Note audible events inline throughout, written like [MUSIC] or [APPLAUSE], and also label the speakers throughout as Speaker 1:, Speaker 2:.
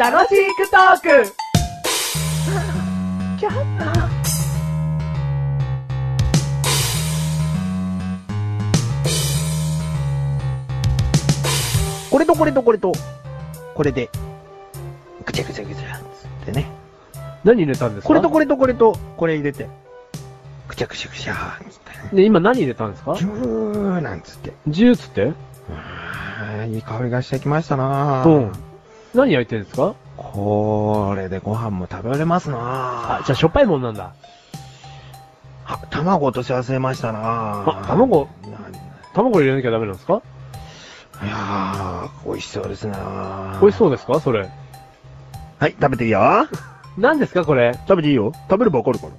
Speaker 1: 楽しくトーク
Speaker 2: これとこれとこれと、これで、ぐちゃぐちゃぐちゃ、つってね。
Speaker 3: 何入れたんですか
Speaker 2: これとこれとこれと、これ入れて、ぐちゃぐちゃぐちゃ、つってね。
Speaker 3: で、今何入れたんですか
Speaker 2: ジューなんつって。
Speaker 3: ジュースって
Speaker 2: あーいい香りがしてきましたな
Speaker 3: う
Speaker 2: ぁ
Speaker 3: ん。何焼いてるんですか
Speaker 2: これでご飯も食べられますな
Speaker 3: あ
Speaker 2: ぁ、
Speaker 3: じゃあしょっぱいもんなんだ。
Speaker 2: は卵落とし忘れましたなぁ
Speaker 3: あ卵
Speaker 2: なんい
Speaker 3: 卵入れなきゃダメなんですか
Speaker 2: やー、美味しそうですなぁ
Speaker 3: 美味しそうですかそれ。
Speaker 2: はい、食べていいよ。
Speaker 3: 何ですかこれ。
Speaker 2: 食べていいよ。食べればわかるから。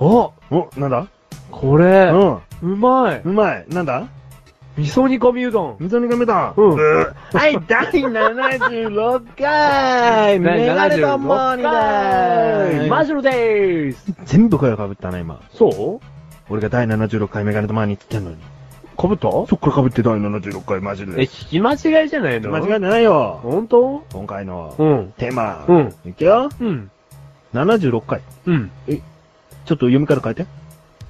Speaker 3: あ
Speaker 2: お、なんだ
Speaker 3: これ、
Speaker 2: うん。。
Speaker 3: うまいう
Speaker 2: まい。なんだ
Speaker 3: 味噌煮込みうどん。
Speaker 2: 味噌煮込みだ。
Speaker 3: うん
Speaker 2: ーはい、第76回メガネとモーニング
Speaker 3: マジロでーす。
Speaker 2: 全部声かぶったな、今。
Speaker 3: そ
Speaker 2: 俺が第76回メガネとマーニーって言ってんのに。
Speaker 3: うかぶった
Speaker 2: そっからかぶって第76回マジ
Speaker 3: え、
Speaker 2: で。
Speaker 3: 聞き間違いじゃないの
Speaker 2: 間違い
Speaker 3: い。
Speaker 2: じゃないよ。
Speaker 3: ほんと
Speaker 2: 今回の
Speaker 3: うん。
Speaker 2: テーマ。
Speaker 3: うん。
Speaker 2: いくよ。
Speaker 3: うん。
Speaker 2: 76回。
Speaker 3: うん。
Speaker 2: ちょっと読みから変えて。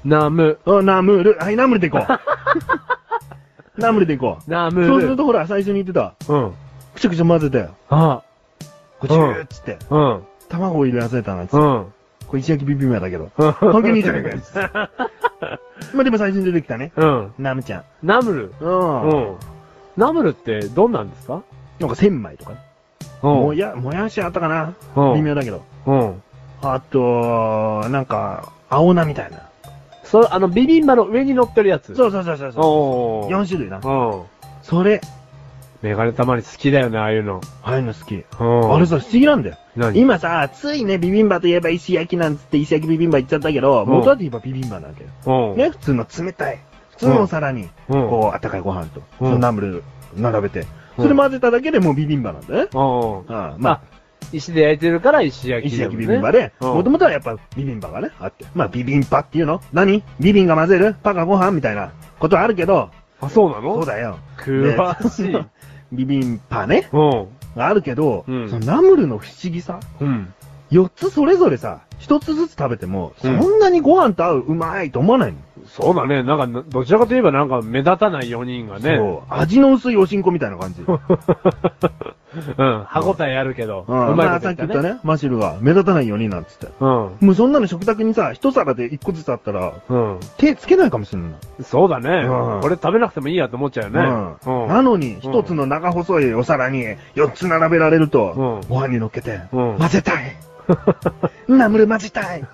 Speaker 3: ナム。
Speaker 2: あ、ナムール。はい、ナムルでいこう。 [LAUGHS] ナムルでいこう。
Speaker 3: ナム
Speaker 2: そうす
Speaker 3: ル
Speaker 2: る。とほら、最初に言ってた。
Speaker 3: うん。
Speaker 2: くちゃくちゃ混ぜて。
Speaker 3: あ、
Speaker 2: こちゅーっつって。
Speaker 3: うん。
Speaker 2: 卵を入れ忘れたなっつ
Speaker 3: う
Speaker 2: って。
Speaker 3: ん。
Speaker 2: これ石焼きビビンバだけど。関係ねえじゃねえかよっ
Speaker 3: [LAUGHS]
Speaker 2: つって。まあでも最初に出てきたね。
Speaker 3: うん。
Speaker 2: ナムちゃん。
Speaker 3: ナムル。
Speaker 2: うん。
Speaker 3: うん。ナムルってどんなんですか
Speaker 2: なんか千枚とかね。
Speaker 3: う
Speaker 2: も
Speaker 3: ん。
Speaker 2: や、もやしあったかな
Speaker 3: うん
Speaker 2: 微妙だけど。
Speaker 3: うん。
Speaker 2: あと、なんか、青菜みたいな。
Speaker 3: それ、あの、ビビンバの上に乗ってるやつ。う。
Speaker 2: そうそうそうそうそう。
Speaker 3: おー。
Speaker 2: 4種類な。
Speaker 3: うん。
Speaker 2: それ、
Speaker 3: メガネたまり好きだよね、ああいうの。
Speaker 2: ああいうの好き。
Speaker 3: うん。
Speaker 2: あれさ、不思議なんだよ。
Speaker 3: 何
Speaker 2: 今さ、ついね、ビビンバといえば石焼きなんつって石焼きビビンバ言っちゃったけど、
Speaker 3: ん
Speaker 2: 元はといえばビビンバなわけよ。
Speaker 3: うん。
Speaker 2: ね、普通の冷たい。普通のお皿に、
Speaker 3: うん。
Speaker 2: こう、温かいご飯と、
Speaker 3: うん
Speaker 2: そのナムル並べて、それ混ぜただけでもうビビンバなんだね。
Speaker 3: うん。うん。
Speaker 2: ああま
Speaker 3: まあ、石で焼いてるから石
Speaker 2: あ、
Speaker 3: 焼き
Speaker 2: 石
Speaker 3: だも
Speaker 2: 焼
Speaker 3: ん
Speaker 2: き
Speaker 3: ね。
Speaker 2: ビビンバで、
Speaker 3: うん
Speaker 2: もともとはやっぱビビンバがね、あって。まあ、ビビンパっていうの何ビビンが混ぜるパがご飯みたいなことはあるけど、
Speaker 3: あ、そうな
Speaker 2: そ
Speaker 3: の
Speaker 2: うだよ。
Speaker 3: 詳しい。
Speaker 2: [LAUGHS] ビビンパね、
Speaker 3: うん。
Speaker 2: があるけど、
Speaker 3: うん
Speaker 2: そのナムルの不思議さ、
Speaker 3: うん。
Speaker 2: 4つそれぞれさ、1つずつ食べても、そ
Speaker 3: うん
Speaker 2: んなにご飯と合ううまいと思わないの。
Speaker 3: そうだね。なんかな、どちらかといえばなんか目立たない4人がね。 [LAUGHS]
Speaker 2: そう味の薄いおしんこみたいな感じ。うん
Speaker 3: うん。歯応えあるけど。うま
Speaker 2: ま
Speaker 3: い
Speaker 2: あ
Speaker 3: こと
Speaker 2: さ
Speaker 3: 言
Speaker 2: っき言
Speaker 3: った
Speaker 2: った
Speaker 3: ね。
Speaker 2: ね、マシルが目立たないようになんつって。
Speaker 3: うん。
Speaker 2: もうそんなの食卓にさ、一皿で一個ずつあったら、
Speaker 3: うん。
Speaker 2: 手つけないかもしれない。
Speaker 3: そうだね。
Speaker 2: うん
Speaker 3: これ食べなくてもいいやと思っちゃうよね。
Speaker 2: うん。なのに、一つの長細いお皿に四つ並べられると、
Speaker 3: うん
Speaker 2: ご飯に乗っけて、
Speaker 3: うん
Speaker 2: 混ぜた
Speaker 3: [LAUGHS]
Speaker 2: いナムル混ぜたい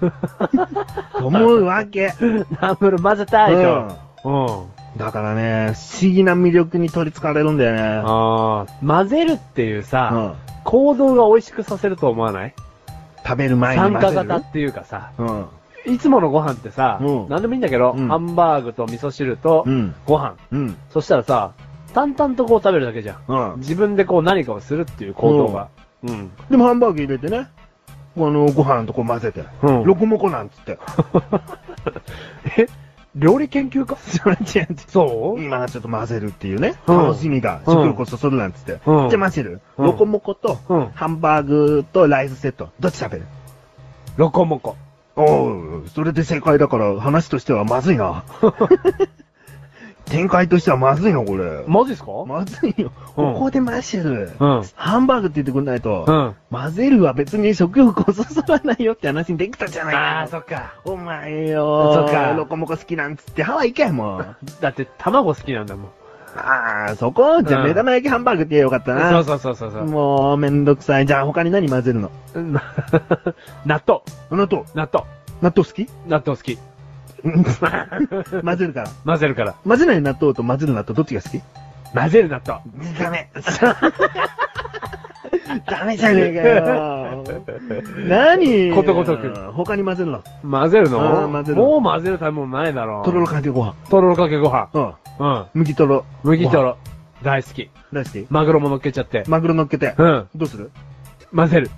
Speaker 2: と思うわけ。
Speaker 3: ナムル混ぜたいと。うん。
Speaker 2: だからね、不思議な魅力に取り憑かれるんだよね。
Speaker 3: ああ。混ぜるっていう
Speaker 2: う
Speaker 3: さ、
Speaker 2: ん。
Speaker 3: 行動が美味しくさせると思わない
Speaker 2: 食べる前に
Speaker 3: 参
Speaker 2: 混ぜ
Speaker 3: 加
Speaker 2: る。
Speaker 3: 型っていうかさ、
Speaker 2: うん。
Speaker 3: いつものご飯ってさ、
Speaker 2: うん
Speaker 3: 何でもいいんだけど、
Speaker 2: うん
Speaker 3: ハンバーグと味噌汁と
Speaker 2: うん。
Speaker 3: ご飯。
Speaker 2: うん。
Speaker 3: そしたらさ、淡々とこう食べるだけじゃん。
Speaker 2: うん。
Speaker 3: 自分でこう何かをするっていう行動が。うん。 [LAUGHS]
Speaker 2: でもハンバーグ入れてね、このご飯とこう混ぜて、
Speaker 3: うん
Speaker 2: ロコモコなんつっ
Speaker 3: [LAUGHS]
Speaker 2: て。
Speaker 3: え料理研究家
Speaker 2: それ違う違う。
Speaker 3: そう
Speaker 2: 今ちょっと混ぜるっていうね、
Speaker 3: うん
Speaker 2: 楽しみが、食欲をそそるなんつって。
Speaker 3: うん
Speaker 2: じゃあ混ぜる、
Speaker 3: うん
Speaker 2: ロコモコと、
Speaker 3: うん
Speaker 2: ハンバーグとライスセット、どっち食べる
Speaker 3: ロコモコ。
Speaker 2: おう、それで正解だから話としてはまずい
Speaker 3: [LAUGHS]
Speaker 2: な。展開としてはまずいな、これ。
Speaker 3: マジっすか
Speaker 2: まずいよ。ここでマシュル、
Speaker 3: うん
Speaker 2: ハンバーグって言ってくんないと、
Speaker 3: うん。
Speaker 2: 混ぜるは別に食欲をそそらないよって話にできたじゃない
Speaker 3: ああ、そっか。
Speaker 2: お前よ
Speaker 3: そっか
Speaker 2: ロコモコ好きなんつって、ハワイ行け、もう。
Speaker 3: だって卵好きなんだもん。
Speaker 2: ああ、そこじゃあ、
Speaker 3: うん
Speaker 2: 目玉焼きハンバーグって言えばよかった
Speaker 3: そう
Speaker 2: な。
Speaker 3: そうそうそうそう。
Speaker 2: もう、めんどくさい。じゃあ、他に何混ぜるの
Speaker 3: うん [LAUGHS] 納豆、
Speaker 2: 納豆。
Speaker 3: 納豆、
Speaker 2: 納豆好
Speaker 3: [LAUGHS]
Speaker 2: き
Speaker 3: 納豆好き。
Speaker 2: うん混ぜるから。
Speaker 3: 混ぜるから。
Speaker 2: 混ぜない納豆と混ぜる納豆、どっちが好き
Speaker 3: 混ぜる納豆。
Speaker 2: ダ
Speaker 3: [LAUGHS]
Speaker 2: メ。 [LAUGHS] ダメじゃねえかよ。何
Speaker 3: ことごとく。
Speaker 2: 他に混ぜるの。
Speaker 3: 混ぜる
Speaker 2: う
Speaker 3: の
Speaker 2: ん混ぜる
Speaker 3: もう混ぜる食べ物ないだろう。
Speaker 2: とろろかけご飯。
Speaker 3: とろろかけご飯。
Speaker 2: うん。
Speaker 3: うん。
Speaker 2: 麦とろ。
Speaker 3: 麦とろ。大好き。
Speaker 2: ご飯。大好き。
Speaker 3: マグロも乗っけちゃって。
Speaker 2: マグロ乗っけて。
Speaker 3: うん。
Speaker 2: どうする
Speaker 3: 混ぜる。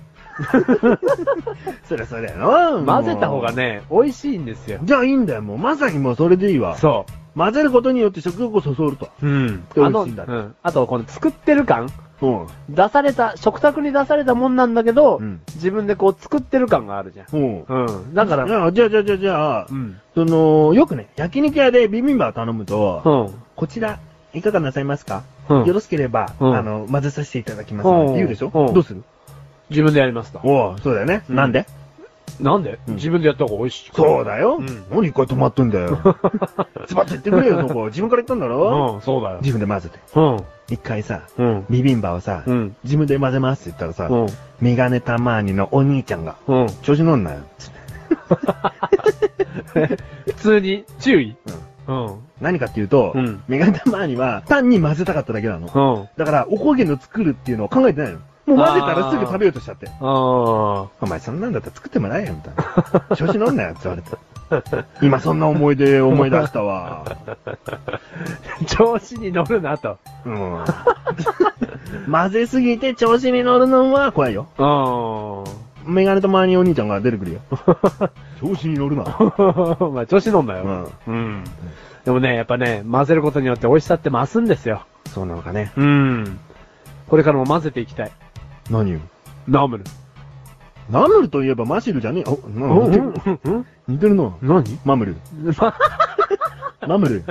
Speaker 2: そりゃそうだよな。
Speaker 3: 混ぜた方がね、美味しいんですよ。
Speaker 2: じゃあいいんだよ、もう。まさにもうそれでいいわ。
Speaker 3: そ
Speaker 2: 混ぜることによって食欲をそそると。
Speaker 3: うん。
Speaker 2: 美
Speaker 3: あ
Speaker 2: 味
Speaker 3: の、
Speaker 2: し
Speaker 3: う
Speaker 2: いんだ
Speaker 3: ん。あと、この作ってる感
Speaker 2: うん。
Speaker 3: 出された、食卓に出されたもんなんだけど、
Speaker 2: うん
Speaker 3: 自分でこう作ってる感があるじゃん。
Speaker 2: うん。
Speaker 3: うん。だから、
Speaker 2: あじゃあじゃあじゃあじゃあ、
Speaker 3: うん。
Speaker 2: その、よくね、焼肉屋でビビンバを頼むと、
Speaker 3: うん。
Speaker 2: こちら、いかがなさいますか、
Speaker 3: うん
Speaker 2: よろしければ、
Speaker 3: うん
Speaker 2: あの、混ぜさせていただきますので、
Speaker 3: うん
Speaker 2: 言うでしょ、
Speaker 3: うん
Speaker 2: どうする
Speaker 3: 自分でやりますと。
Speaker 2: おうそうだよね。
Speaker 3: うん
Speaker 2: なんで
Speaker 3: なんで、
Speaker 2: うん
Speaker 3: 自分でやった方が美味しい。
Speaker 2: そうだよ。
Speaker 3: うん。
Speaker 2: 何一回止まってんだ
Speaker 3: [LAUGHS]
Speaker 2: よ。ズバッと言ってくれよ、そこ。自分から言ったんだろ、
Speaker 3: うん、そうだよ。
Speaker 2: 自分で混ぜて。
Speaker 3: うん。
Speaker 2: 一回さ、
Speaker 3: うん。
Speaker 2: ビビンバをさ、
Speaker 3: うん。
Speaker 2: 自分で混ぜますって言ったらさ、
Speaker 3: うん。
Speaker 2: メガネたまーにのお兄ちゃんが、
Speaker 3: うん。
Speaker 2: 調子乗んなよ。
Speaker 3: 普通に、注意。うん。うん。
Speaker 2: 何かっていうと、
Speaker 3: うん
Speaker 2: メガネたまーには単に混ぜたかっただけなの。
Speaker 3: うん。
Speaker 2: だから、おこげの作るっていうのを考えてないの。もう混ぜたらすぐ食べようとしちゃって。
Speaker 3: あ
Speaker 2: お前そんなんだったら作ってもらえよ、みたいな。 [LAUGHS] 調子乗んなよって言われて。今そんな思い出思い出したわ。
Speaker 3: あ。調子に乗るなと。
Speaker 2: [LAUGHS] うん。 [LAUGHS] 混ぜすぎて調子に乗るのは怖いよ。
Speaker 3: う
Speaker 2: メガネと周りにお兄ちゃんが出てくるよ。 [LAUGHS] 調子に乗るな。
Speaker 3: ん。まあ、調子乗んだよ。うん。でもね、やっぱね、混ぜることによって美味しさって増すんですよ。
Speaker 2: そうなのかね。
Speaker 3: うん。これからも混ぜていきたい。
Speaker 2: 何を
Speaker 3: ナムル。
Speaker 2: ナムルといえばマシルじゃねえ。お、な
Speaker 3: うん
Speaker 2: 似てる。
Speaker 3: んうん
Speaker 2: 似てるな。
Speaker 3: 何
Speaker 2: マムル。
Speaker 3: ま
Speaker 2: マム [LAUGHS] ル。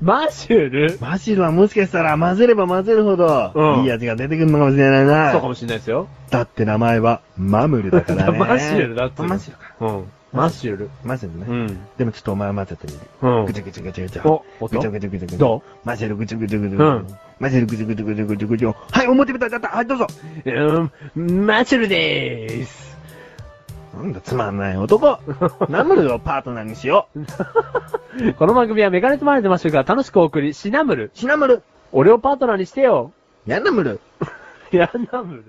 Speaker 3: マシュル
Speaker 2: マシルはもしかしたら混ぜれば混ぜるほど、
Speaker 3: うん
Speaker 2: いい味が出てくるのかもしれないな。
Speaker 3: そうかもしれないですよ。
Speaker 2: だって名前はマムルだからね。
Speaker 3: [LAUGHS] マシュルだって。
Speaker 2: マシルか。
Speaker 3: うん。マシュル。
Speaker 2: マシルね。
Speaker 3: うん。
Speaker 2: でもちょっとお前混ぜてみる。
Speaker 3: うん
Speaker 2: ぐ。ちゃぐちゃぐちゃぐちゃ。
Speaker 3: お、
Speaker 2: ぐちゃ
Speaker 3: 音
Speaker 2: ぐちゃぐちゃぐちゃ。
Speaker 3: ど
Speaker 2: うマシルぐちゃぐちゃぐちゃぐち
Speaker 3: う
Speaker 2: ゃ
Speaker 3: ん。
Speaker 2: マシルぐちゃぐちゃぐちゃぐちゃぐちゃ。はい、表舞台だった。はい、どうぞ。
Speaker 3: ううん、マシュルでーす。
Speaker 2: なんだ、つまんない
Speaker 3: [LAUGHS]
Speaker 2: 男。ナムルをパートナーにしよう。
Speaker 3: この番組はメガネとマネてましたが楽しくお送り、シナムル。
Speaker 2: シナムル。
Speaker 3: 俺をパートナーにしてよ。
Speaker 2: ヤナムル。
Speaker 3: いや、ナムル。